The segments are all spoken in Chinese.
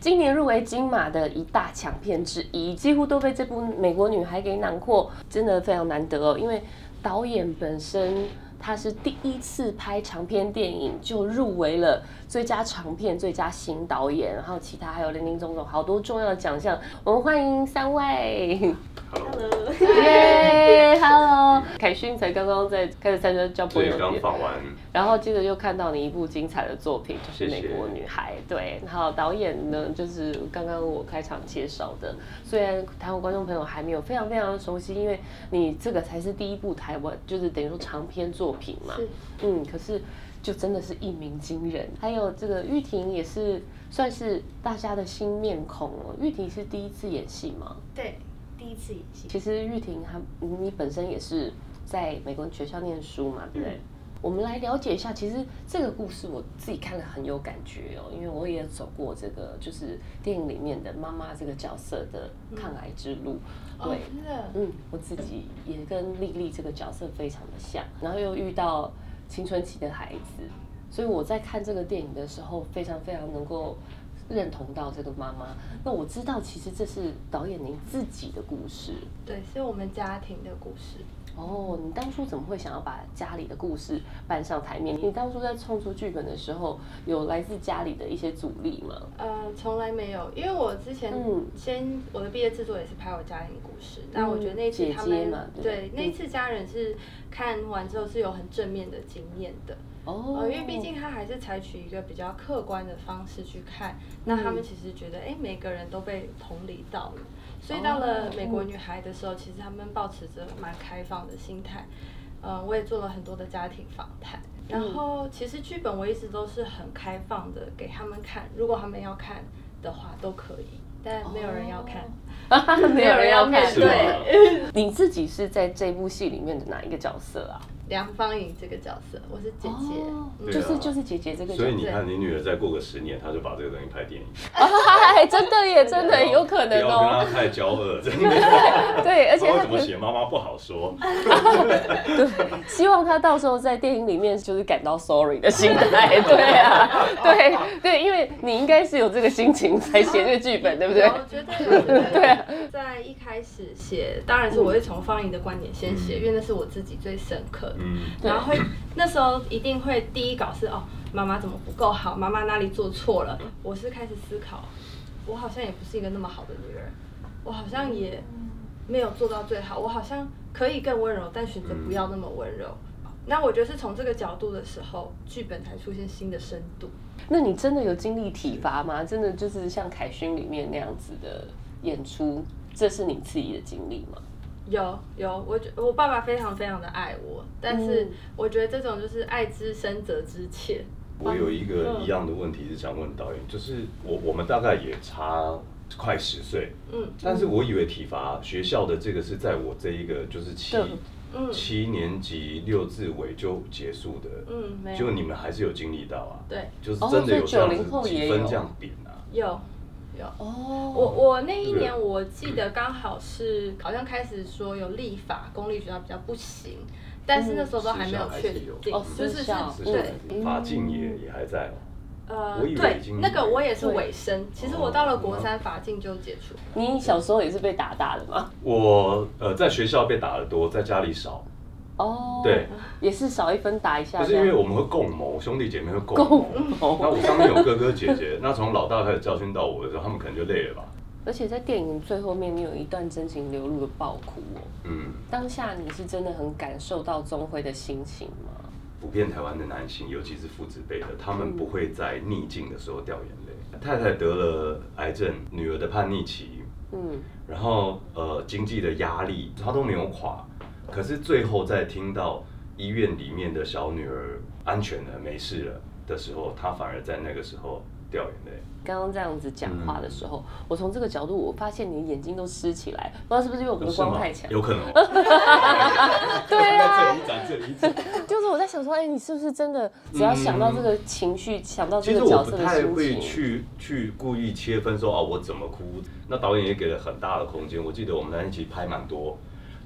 今年入围金马的一大强片之一，几乎都被这部《美国女孩》给囊括，真的非常难得哦。因为导演本身他是第一次拍长篇电影就入围了最佳长片、最佳新导演，然后其他还有林林总总好多重要的奖项。我们欢迎三位， Hello， 耶，Hello！凯勋才刚刚在开始参加交朋对，友刚节访完，然后接着又看到你一部精彩的作品，就是《谢谢美国女孩》。对，然后导演呢，就是刚刚我开场介绍的，虽然台湾观众朋友还没有非常非常熟悉，因为你这个才是第一部台湾，就是等于说长篇作品嘛。嗯，可是就真的是一鸣惊人。还有这个玉婷也是算是大家的新面孔哦。玉婷是第一次演戏吗？对，第一次演戏。其实玉婷她你本身也是在美国学校念书嘛，对不对？我们来了解一下，其实这个故事我自己看了很有感觉哦，因为我也走过这个就是电影里面的妈妈这个角色的抗癌之路，对。哦真的，嗯，我自己也跟丽丽这个角色非常的像，然后又遇到青春期的孩子，所以我在看这个电影的时候，非常非常能够认同到这个妈妈。那我知道，其实这是导演您自己的故事对，是我们家庭的故事。哦。你当初怎么会想要把家里的故事搬上台面？你当初在冲出剧本的时候，有来自家里的一些阻力吗？呃，从来没有，因为我之前嗯先我的毕业制作也是拍我家人的故事，那我觉得那一次姐姐他们嘛对对嗯那一次家人是看完之后是有很正面的经验的，哦呃，因为毕竟他还是采取一个比较客观的方式去看，那他嗯们其实觉得，哎、每个人都被同理到了，所以到了哦美国女孩的时候，其实他们保持着蛮开放的心态，呃，我也做了很多的家庭访谈，然嗯后其实剧本我一直都是很开放的给他们看，如果他们要看的话都可以，但没有人要看，哦 没有人要看。面是吗？你自己是在这部戏里面的哪一个角色啊？梁芳莹这个角色，我是姐姐，哦嗯对就啊是就是姐姐这个角所色以，你看，你女儿再过个十年，她就把这个东西拍电影， 哎，真的耶，真的有可不能要跟她哦。太骄 傲了，真的。对，而且她她嗯为什哦么写妈妈不好说？希望她到时候在电影里面就是感到 sorry 的心态，对啊，对对，因为你应该是有这个心情才写这个剧本，对不对？啊我觉得有这 个在一开始写，当然是我会从方莹的观点先嗯写，因为那是我自己最深刻的。嗯，然后会那时候一定会第一稿是哦，妈妈怎么不够好，妈妈哪里做错了？我是开始思考，我好像也不是一个那么好的女人，我好像也没有做到最好，我好像可以更温柔，但选择不要那么温柔。那我觉得是从这个角度的时候，剧本才出现新的深度。那你真的有经历体罚吗？真的就是像凯勋里面那样子的演出，这是你自己的经历吗？有有，我觉我爸爸非常非常的爱我，但是嗯我觉得这种就是爱之深责之切。我有一个一样的问题是想问导演，就是我我们大概也差快十岁，嗯但是我以为体罚学校的这个是在我这一个就是七对嗯七年级六字尾就结束的，嗯，没就有，你们还是有经历到啊，对，就是哦真的有这所以样90后子也几有分这样点啊，有有。哦我我那一年对我记得刚好是好像开始说有立法，公立学校比较不行，但是那时候都还没有确定嗯，哦就私是是校嗯是对。嗯法镜也也还在哦，呃，我以为对哦已经，那个我也是尾声。其实我到了国哦三，法禁就解除。你小时候也是被打大的吗？我呃在学校被打得多，在家里少，哦，对，也是少一分打一下不这样，哦是因为我们会共谋，兄弟姐妹会共够谋。那我上面有哥哥姐姐，那从老大开始教训到我的时候，他们可能就累了吧。而且在电影最后面，你有一段真情流露的爆哭哦。嗯，当下你是真的很感受到钟辉的心情吗？普遍台湾的男性，尤其是父子辈的，他们不会在逆境的时候掉眼泪。太太得了癌症，女儿的叛逆期，嗯，然后呃经济的压力，他都没有垮。可是最后在听到医院里面的小女儿安全了、没事了的时候，他反而在那个时候掉眼泪。刚刚这样子讲话的时候，嗯我从这个角度，我发现你的眼睛都湿起来，不知道是不是因为我们的光太强？有可 能、哦。 对啊，这里一盏，这里一盏。就是我在想说，哎、你是不是真的只要想到这个情绪，想到嗯其这实个我角不色的太心会情，去去故意切分说啊我怎么哭，那导演也给了很大的空间。我记得我们那一集拍蛮多，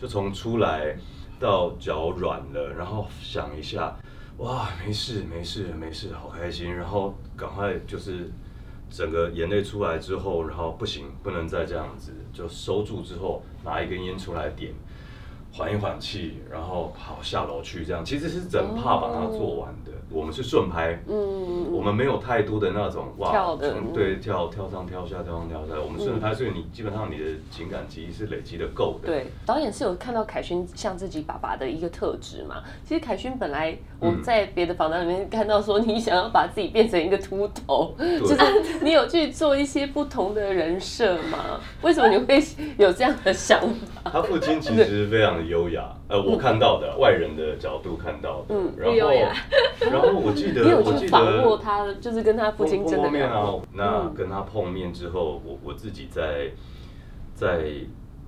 就从出来到脚软了，然后想一下，哇没事没事没事，好开心，然后赶快就是整个眼泪出来之后，然后不行，不能再这样子，就收住之后，拿一根烟出来点，缓一缓气，然后跑下楼去，这样其实是整帕把它做完的。我们是顺拍，嗯，我们没有太多的那种哇，跳的从对跳跳上跳下跳上跳下，我们顺着拍，所以你基本上你的情感记忆是累积的够的。对，导演是有看到凯勋像自己爸爸的一个特质嘛？其实凯勋本来我嗯在别的访谈里面看到说，你想要把自己变成一个秃头，对，就是你有去做一些不同的人设吗？为什么你会有这样的想法？他父亲其实非常的优雅，呃，我看到的外人的角度看到的，嗯然不优后雅然后我记得你有我去记访过得他，就是跟他父亲碰真的碰面聊啊过，那嗯跟他碰面之后，我我自己在在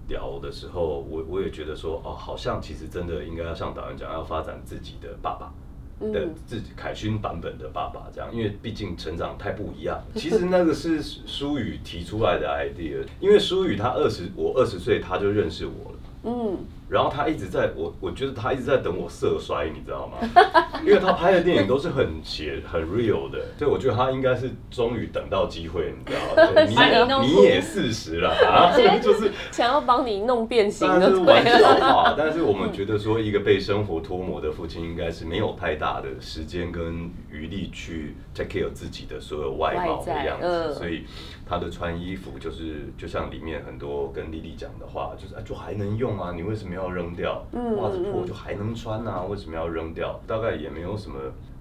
聊的时候，我我也觉得说，哦，好像其实真的应该要像导演讲，要发展自己的爸爸。的嗯，自己凯勋版本的爸爸这样，因为毕竟成长太不一 样。其实那个是舒宇提出来的 idea，因为舒宇他二十，我二十岁他就认识我了。嗯，然后他一直在我，我觉得他一直在等我色衰，你知道吗？ 因为他拍的电影都是很写很 real 的，所以我觉得他应该是终于等到机会，你知 道吗？对你把你也弄哭你也四十了 啊，就是想要帮你弄变形当然就是对玩了。笑话，但是我们觉得说，一个被生活脱模的父亲，应该是没有太大的时间跟余力去 take care 自己的所有外貌的样外在嗯子，所以他的穿衣服就是就像里面很多跟丽丽讲的话，就是啊，就还能用啊，你为什么要扔掉？嗯袜子嗯破嗯就还能穿啊，为什么要扔掉？大概也没有什么。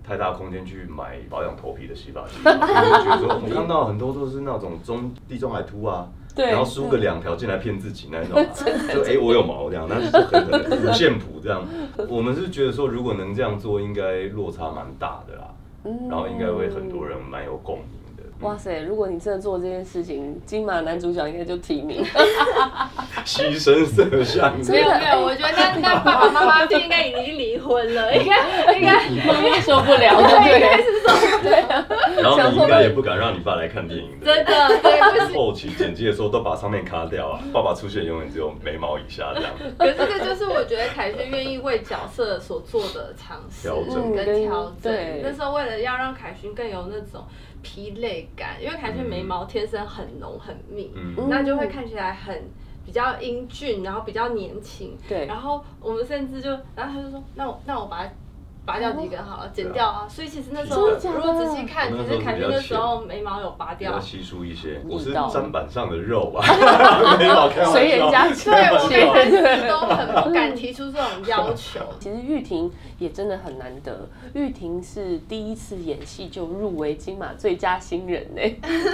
太大空间去买保养头皮的洗发 剂，所以我觉得说我们看到很多都是那种中地中海秃啊，对然后梳个两条进来骗自己那一 种啊，就哎、我有毛这样，但是就很可能五线谱这样。我们是觉得说，如果能这样做，应该落差蛮大的啦，嗯然后应该会很多人蛮有共鸣的。哇塞！如果你真的做这件事情，金马男主角应该就提名。 牺牲色相，真没有的没有，我觉得那那爸爸妈妈就应该已经离婚了，应该应该妈妈受不了了，对，然后你应该也不敢让你爸来看电影的。真的对不起。后期剪辑的时候都把上面卡掉嗯啊，爸爸出现永远只有眉毛以下这样。 可是这就是我觉得凯勋愿意为角色所做的尝试调整跟调嗯整对。那时候为了要让凯勋更有那种疲累感，因为凯勋眉毛天生很浓很密，嗯，那就会看起来很比较英俊，然后比较年轻。对然后我们甚至就，然后他就说，那我那我把它拔掉几根好了，剪掉啊。所以其实那时候真的假的如果仔细看，我其那时候实凯比勋较那时候眉毛有拔比较掉。稀疏一些。道我是砧板上的肉 吧，眉毛开玩笑。随人家去 切对，我对跟凯对勋都很不敢提出这种要求。其实玉婷也真的很难得，玉婷是第一次演戏就入围金马最佳新人 呢、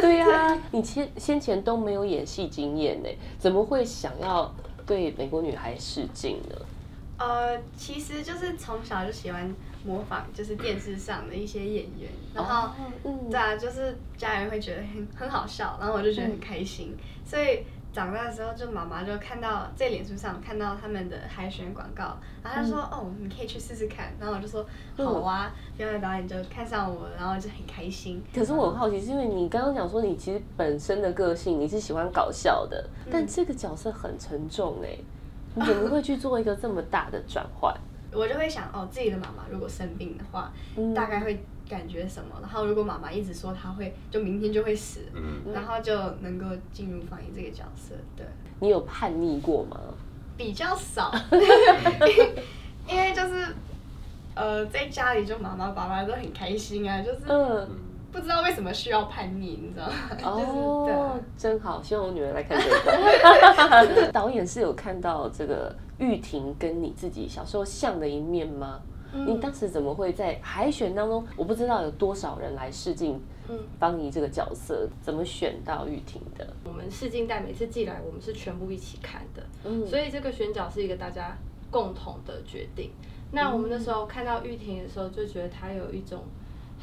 对呀、你先先前都没有演戏经验呢、怎么会想要对美国女孩试镜呢？呃，其实就是从小就喜欢模仿，就是电视上的一些演员，然后、嗯对啊，就是家人会觉得很很好笑，然后我就嗯觉得很开心，所以长大之后就妈妈就看到在脸书上看到他们的海选广告，然后她就说、嗯哦，你可以去试试看，然后我就说好啊，表演导演就看上我，然后就很开心。可是我很好奇，是因为你刚刚讲说你其实本身的个性你是喜欢搞笑的，但这个角色很沉重哎、你怎么会去做一个这么大的转 换？我就会想哦，自己的妈妈如果生病的话，嗯大概会感觉什么？然后如果妈妈一直说她会，就明天就会死，嗯，然后就能够进入放映这个角色，对，嗯你有叛逆过吗？比较 少，因为就是呃，在家里就妈妈爸爸都很开心啊，就是嗯，不知道为什么需要叛逆，你知道吗？ 就是对啊哦，，真好，希望我女儿来看这 个。导演是有看到这个玉婷跟你自己小时候像的一面吗？ 嗯你当时怎么会在海选当中？我不知道有多少人来试镜嗯邦妮这个角色，怎么选到玉婷的？我们试镜带每次寄来，我们是全部一起看的，嗯所以这个选角是一个大家共同的决定。那我们那时候看到玉婷的时候，就觉得她有一种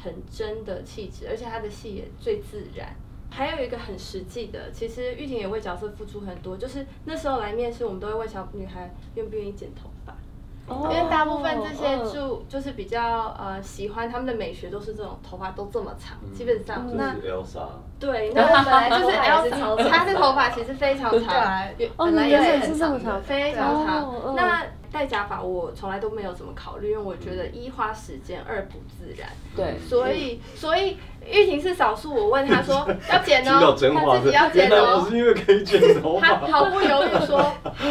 很真的气质，而且她的戏也最自然。还有一个很实际的，其实玉婷也为角色付出很多，就是那时候来面试，我们都会问小女孩愿不愿意剪头发，哦因为大部分这些嗯就就是比较呃喜欢他们的美学都是这种头发都这么长，嗯基本上就那是 Elsa， 对，那本来就是头发也是 L，超长她的头发其实非常对啊长，原哦，本来你也原本很是这么长长，的非非常常长。长。那戴假发我从来都没有怎么考虑，因为我觉得一花时间，二不自然。对，所以，嗯所以玉婷是少数。我问她 说要剪听到哦，真话她自己要原剪来我哦，是因为可以剪头她发。毫不犹豫说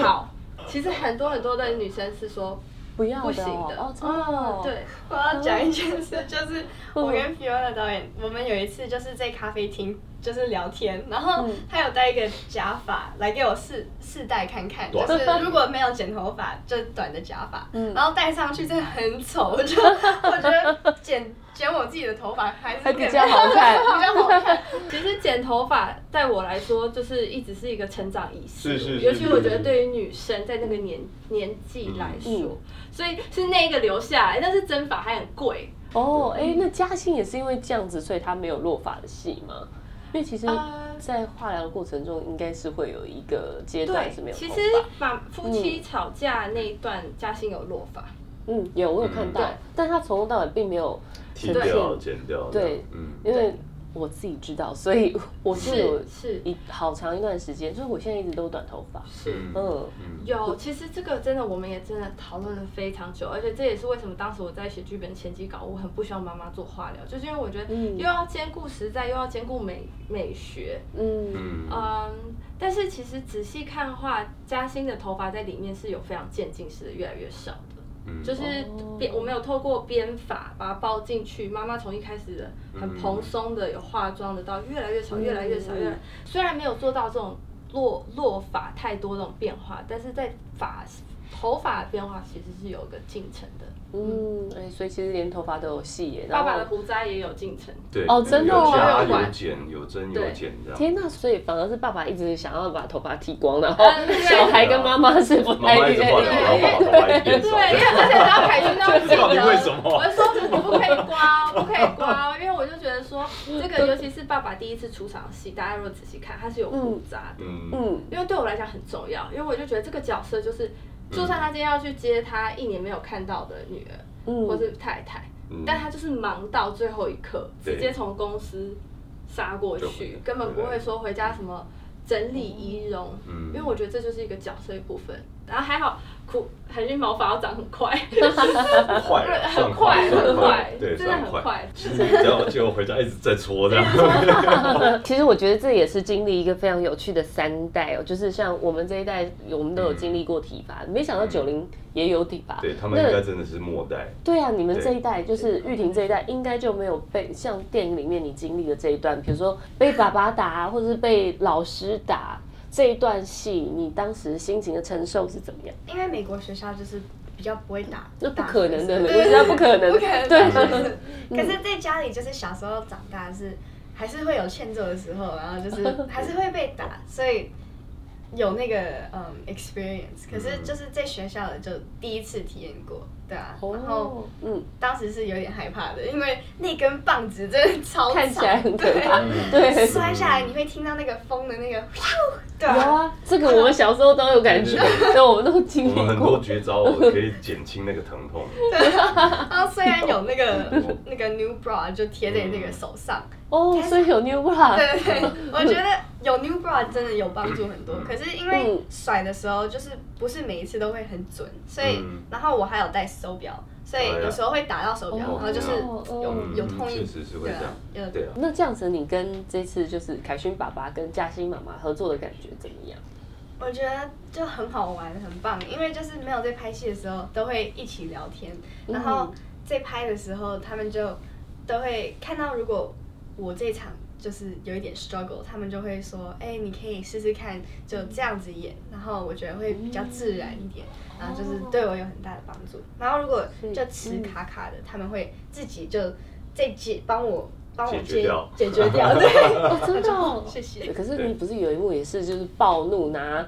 好。其实很多很多的女生是说不要不行的哦，的，哦真的哦嗯，对，我要讲一件 事，就是嗯我跟 Fiona 导演，我们有一次就是在咖啡厅就是聊天，然后嗯他有带一个假发来给我试试戴看看，就短是如果没有剪头发，就短的假发，嗯然后戴上去真的很丑，我 觉得我觉得剪剪我自己的头发还是还比较好看比较好看。其实剪头发在我来说，就是一直是一个成长仪式。是是是尤其我觉得对于女生在那个年年纪来说，嗯所以是那个留下来，但是真发还很贵。哦，哎，那嘉欣也是因为这样子，所以她没有落发的戏吗？因为其实呃，在化疗的过程中，应该是会有一个阶段是没有头其发。实把夫妻吵架那一段，嘉欣有落发。嗯，有我有看到嗯对，但她从头到尾并没有剃呈掉、现， 剪掉，对嗯，因为我自己知道，所以我是有是是一好长一段时间，所以我现在一直都短头发。是。嗯，嗯，有，其实这个真的，我们也真的讨论了非常久，而且这也是为什么当时我在写剧本前期稿，我很不希望妈妈做化疗，就是因为我觉得嗯又要兼顾实在，又要兼顾美美学，嗯嗯嗯，但是其实仔细看的话，嘉欣的头发在里面是有非常渐进式的，越来越少的，嗯就是哦编、我们有透过编法把它包进去。妈妈从一开始的很蓬松的，有化妆的，到越来越少，越来越少，嗯越来虽然没有做到这种落落发太多那种变化，但是在发头发的变化其实是有一个进程的。嗯，哎，所以其实连头发都有细耶。然爸后爸的胡渣也有进程，对哦真的哦有加有有管剪有针有剪这样，天呐，所以反而是爸爸一直想要把头发剃光，然后嗯对小孩跟妈妈是不妈太妈一一直化样的。疗，然后爸爸头发一直变少，哎对，因为而且只要凯君那 种到底为什么我就说我不可以刮哦，不可以刮哦，因为我就觉得 说这个，尤其是爸爸第一次出场戏，大家如果仔细看，他是有复杂的，嗯，嗯，因为对我来讲很重要，因为我就觉得这个角色就是，就算他今天要去接他一年没有看到的女儿嗯或是太太，嗯但他就是忙到最后一刻，对直接从公司杀过就回去，根本不会说回家什么整理仪容，嗯因为我觉得这就是一个角色一部分。然后还好，苦海军毛发要长很 快，很快啊，很快，算很快，对，真的算很。快。 然后结果回家一直在搓这样，其实我觉得这也是经历一个非常有趣的三代哦，就是像我们这一代，我们都有经历过体罚，没想到九零也有体罚。对他们那应该真的是末代，对啊，你们对这一代就是玉婷这一代，应该就没有被像电影里面你经历的这一段，比如说被爸爸打，或者是被老师打这一段戏，你当时心情的承受是怎么样？因为美国学校就是比较不会打，那不打可能的，学生你知道不可能，不可能对，打学生可是在家里，就是小时候长大是还是会有欠揍的时候，然后就是 还是会被打，所以有那个嗯 experience。可嗯是就是在学校的就第一次体验过，对啊。然后哦，嗯，当时是有点害怕的，因为那根棒子真的超看起来很可对怕，嗯 对。摔下来你会听到那个风的 那个，对有啊，啊，这个我们小时候都有感觉，对，我们都经我们历很多过。绝招我可以减轻那个疼痛，然后虽然有那个那个 new bra 就贴在那个手上，哦，所以有 new bra，对对，对，我觉得有 new bra 真的有帮助很嗯多。可是因为甩的时候，就是不是每一次都会很准，所以、嗯然后我还有戴手表，所以哎呀有时候会打到手表，哦然后就是哦哦有、嗯有痛确一实是会这样，对啊对啊，那这样子，你跟这次就是凯勋爸爸跟嘉欣妈妈合作的感觉怎么 样？我觉得就很好玩，很棒，因为就是没有在拍戏的时候都会一起聊天，嗯然后在拍的时候他们就都会看到，如果我这场就是有一点 struggle，他们就会说，哎、你可以试试看，就这样子演，然后我觉得会比较自然一点，然后就是对我有很大的帮助。然后如果就词卡卡的，他们会自己嗯就再解帮我帮我解决接掉解决啊 掉，对，哦，真的哦，谢谢。可是对你不是有一幕也是就是暴怒拿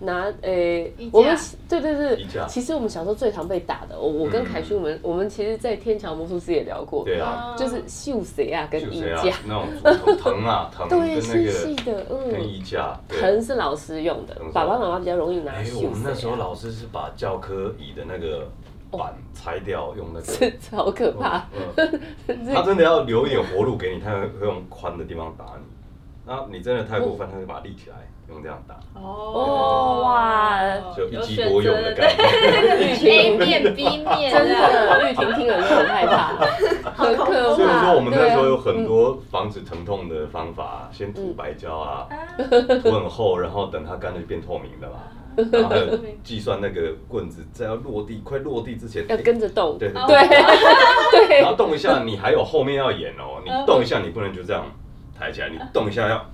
拿诶、衣架我们对对对衣架，其实我们小时候最常被打的，我我跟嗯凯勋，我们我们其实，在天桥魔术师也聊过，对啊，哦就是秀谁啊跟就衣谁啊架，那种头疼 啊疼跟对，那细细个的，跟嗯，衣架，对藤是老师用的藤是，爸爸老师妈妈比较容易拿哎、秀我们那时谁候啊， 老师是把教科椅的那个哦板拆掉，用那个。这超可 怕，嗯，嗯他真的要留一点活路给你，他会用宽的地方打你。那你真的太过分，他就把它立起来，用这样打，哦哇哎就一击多用的概有选择玉念。哎 A 婷，面 B 面，真的玉婷听了就很害怕，很可怕。所以说，我们那时候有很对啊多防止疼痛的方法，先涂白胶啊，涂很厚，然后等它干了就变透明的嘛。然后还有计算那个棍子在要落地、快落地之前，嗯要诶跟着动，对对对哦对，对然后动一下，你还有后面要演哦，你动一下你不能就这样抬起来，你动一下要，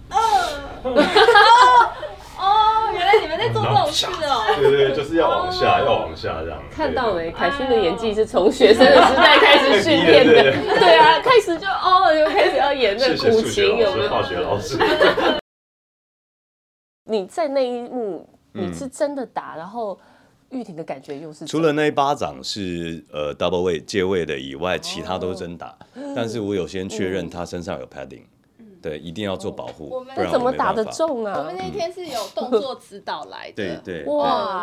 哦，原来你们在做这种事哦。对对，对就是要往下，哦要往下这样。看到没？对凯勋的演技是从学生的时代开始训练对的对，对对啊，开始就哦，又开始要演那谢个谢古数学琴，有老没师、有？化学老师。你在那一幕，嗯你是真的打，然后玉婷的感觉又是除了那一巴掌是呃 double 位借位的以外，其他都是真打。哦但是我有先确认他身上有 padding，、对，一定要做保护，我们不嗯然怎么啊没打办得法？中我啊们？那天是有动 作指导来对的，对哇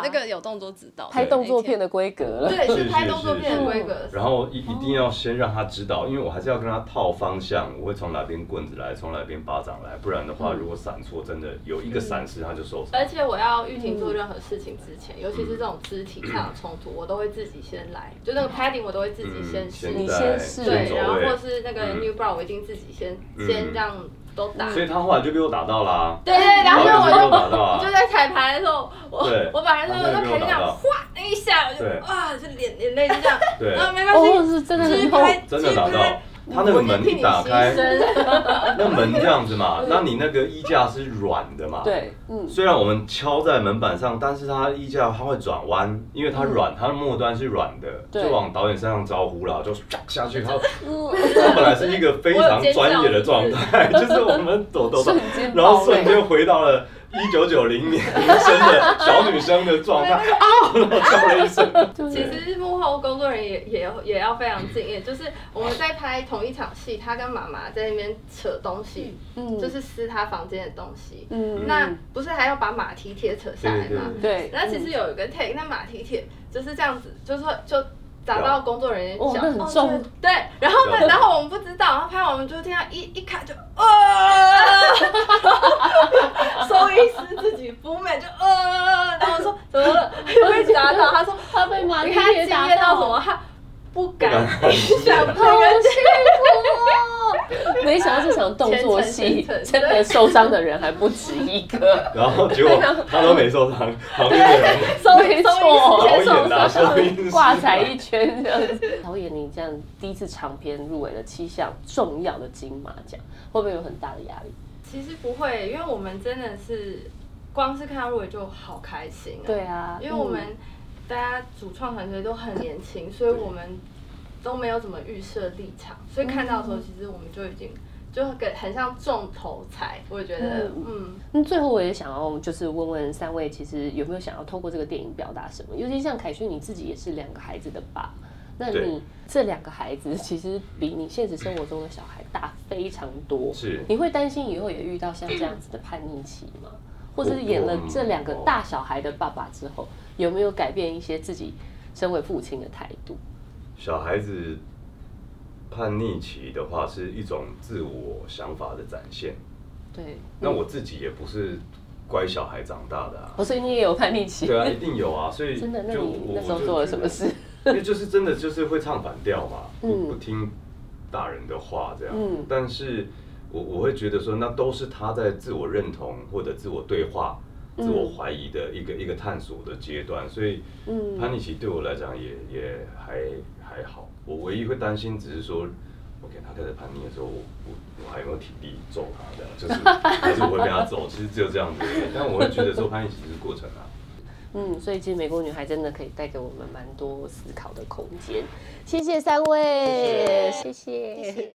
嗯对。那个有动作指导的拍那一天，动作片的规格了，对，是是拍是动作是片是的规格。然后一一定要先让他知道，因为我还是要跟他套方向，我会从哪边棍子来，从哪边巴掌来，不然的嗯话，如果闪错，真的有一个闪失他就受伤。而且我要玉婷嗯做任何事情之前，尤其是这种肢体上的冲突，我都会自己先来，就嗯那个 padding 我都会自己先试，你嗯在先试先对，走然后位或是那个嗯 new bra 我一定自己先嗯先让都打。所以他后来就被我打到啦、对对，然后然后就被我我打到啊就。就在彩排的时候，我对我把那个然那后就被我排这打样到哗那一下，我就对啊，就脸眼泪就这样，对，啊没哦，关系，是真的继续很痛，拍，真的打继续到拍。他那个门一打开我，就替你牺牲嗯那门这样子嘛，那你那个衣架是软的嘛？。对，嗯，虽然我们敲在门板上，但是它衣架它会转弯，因为它软，它的末端是软的，对就往导演身上招呼啦，就唰下去。 它它本来是一个非常专业的状 态，就是我们抖抖抖瞬，间然后爆瞬泪，间回到了一九九零年生的小女生的状 态啊，然后叫了一声，就其是实幕后工作人员也也也要非常敬业，就是我们在拍同一场戏，他跟妈妈在那边扯东西，嗯就是撕他房间的东西。嗯那不是还要把马蹄铁扯下来对吗？对，嗯那其实有一个 take，那马蹄铁就是这样子，就是说就砸到工作人员哇脚，那很哦重对对，然后呢，对然后我们不知道，然后拍完我们就听到一一卡就哦呃，收音师自己敷面就呃，然后我说嗯怎么了？被砸到，他说他被马你蹄看他铁敬打业到什么，他不敢想那个好幸福哦！ 没想到这场动作戏虔诚虔诚真的受伤的人还不止一个， 然后结果他都没受伤，旁边的人收没错，导演拿收音师挂彩一圈这样子。 导演，你这样第一次长片入围了七项重要的金马奖，会不会有很大的压力？其实不会，因为我们真的是光是看到入围就好开心、啊。对啊，因为我们大家主创团队都很年轻，所以我们都没有怎么预设立场，所以看到的时候，其实我们就已经就很很像中头彩，我觉得，嗯，那最后我也想要就是问问三位，其实有没有想要透过这个电影表达什么？尤其像凯勋，你自己也是两个孩子的爸，那对你这两个孩子其实比你现实生活中的小孩大非常多，是你会担心以后也遇到像这样子的叛逆期吗？或者是演了我这两个大小孩的爸爸之后，有没有改变一些自己身为父亲的态度？小孩子叛逆期的话，是一种自我想法的展现。嗯对，那我自己也不是乖小孩长大的 啊，哦，所以你也有叛逆期，对啊，一定有啊，所以真的？那就你我那时候我就做了觉什么得事？ 因为就是真的就是会唱反调嘛，嗯不不听大人的话这样。嗯但是我我会觉得说，那都是他在自我认同或者自我对话、嗯自我怀疑的一个一个探索的阶段，所以嗯叛逆期对我来讲也也还还好。我唯一会担心只是说。OK，他开始叛逆的时候，我我我还有没有体力揍他？这样就是还是我会被他揍，其实只有这样子而已。但我会觉得说叛逆期是过程啊。嗯，所以其实美国女孩真的可以带给我们蛮多思考的空间。谢谢三位，谢谢。谢谢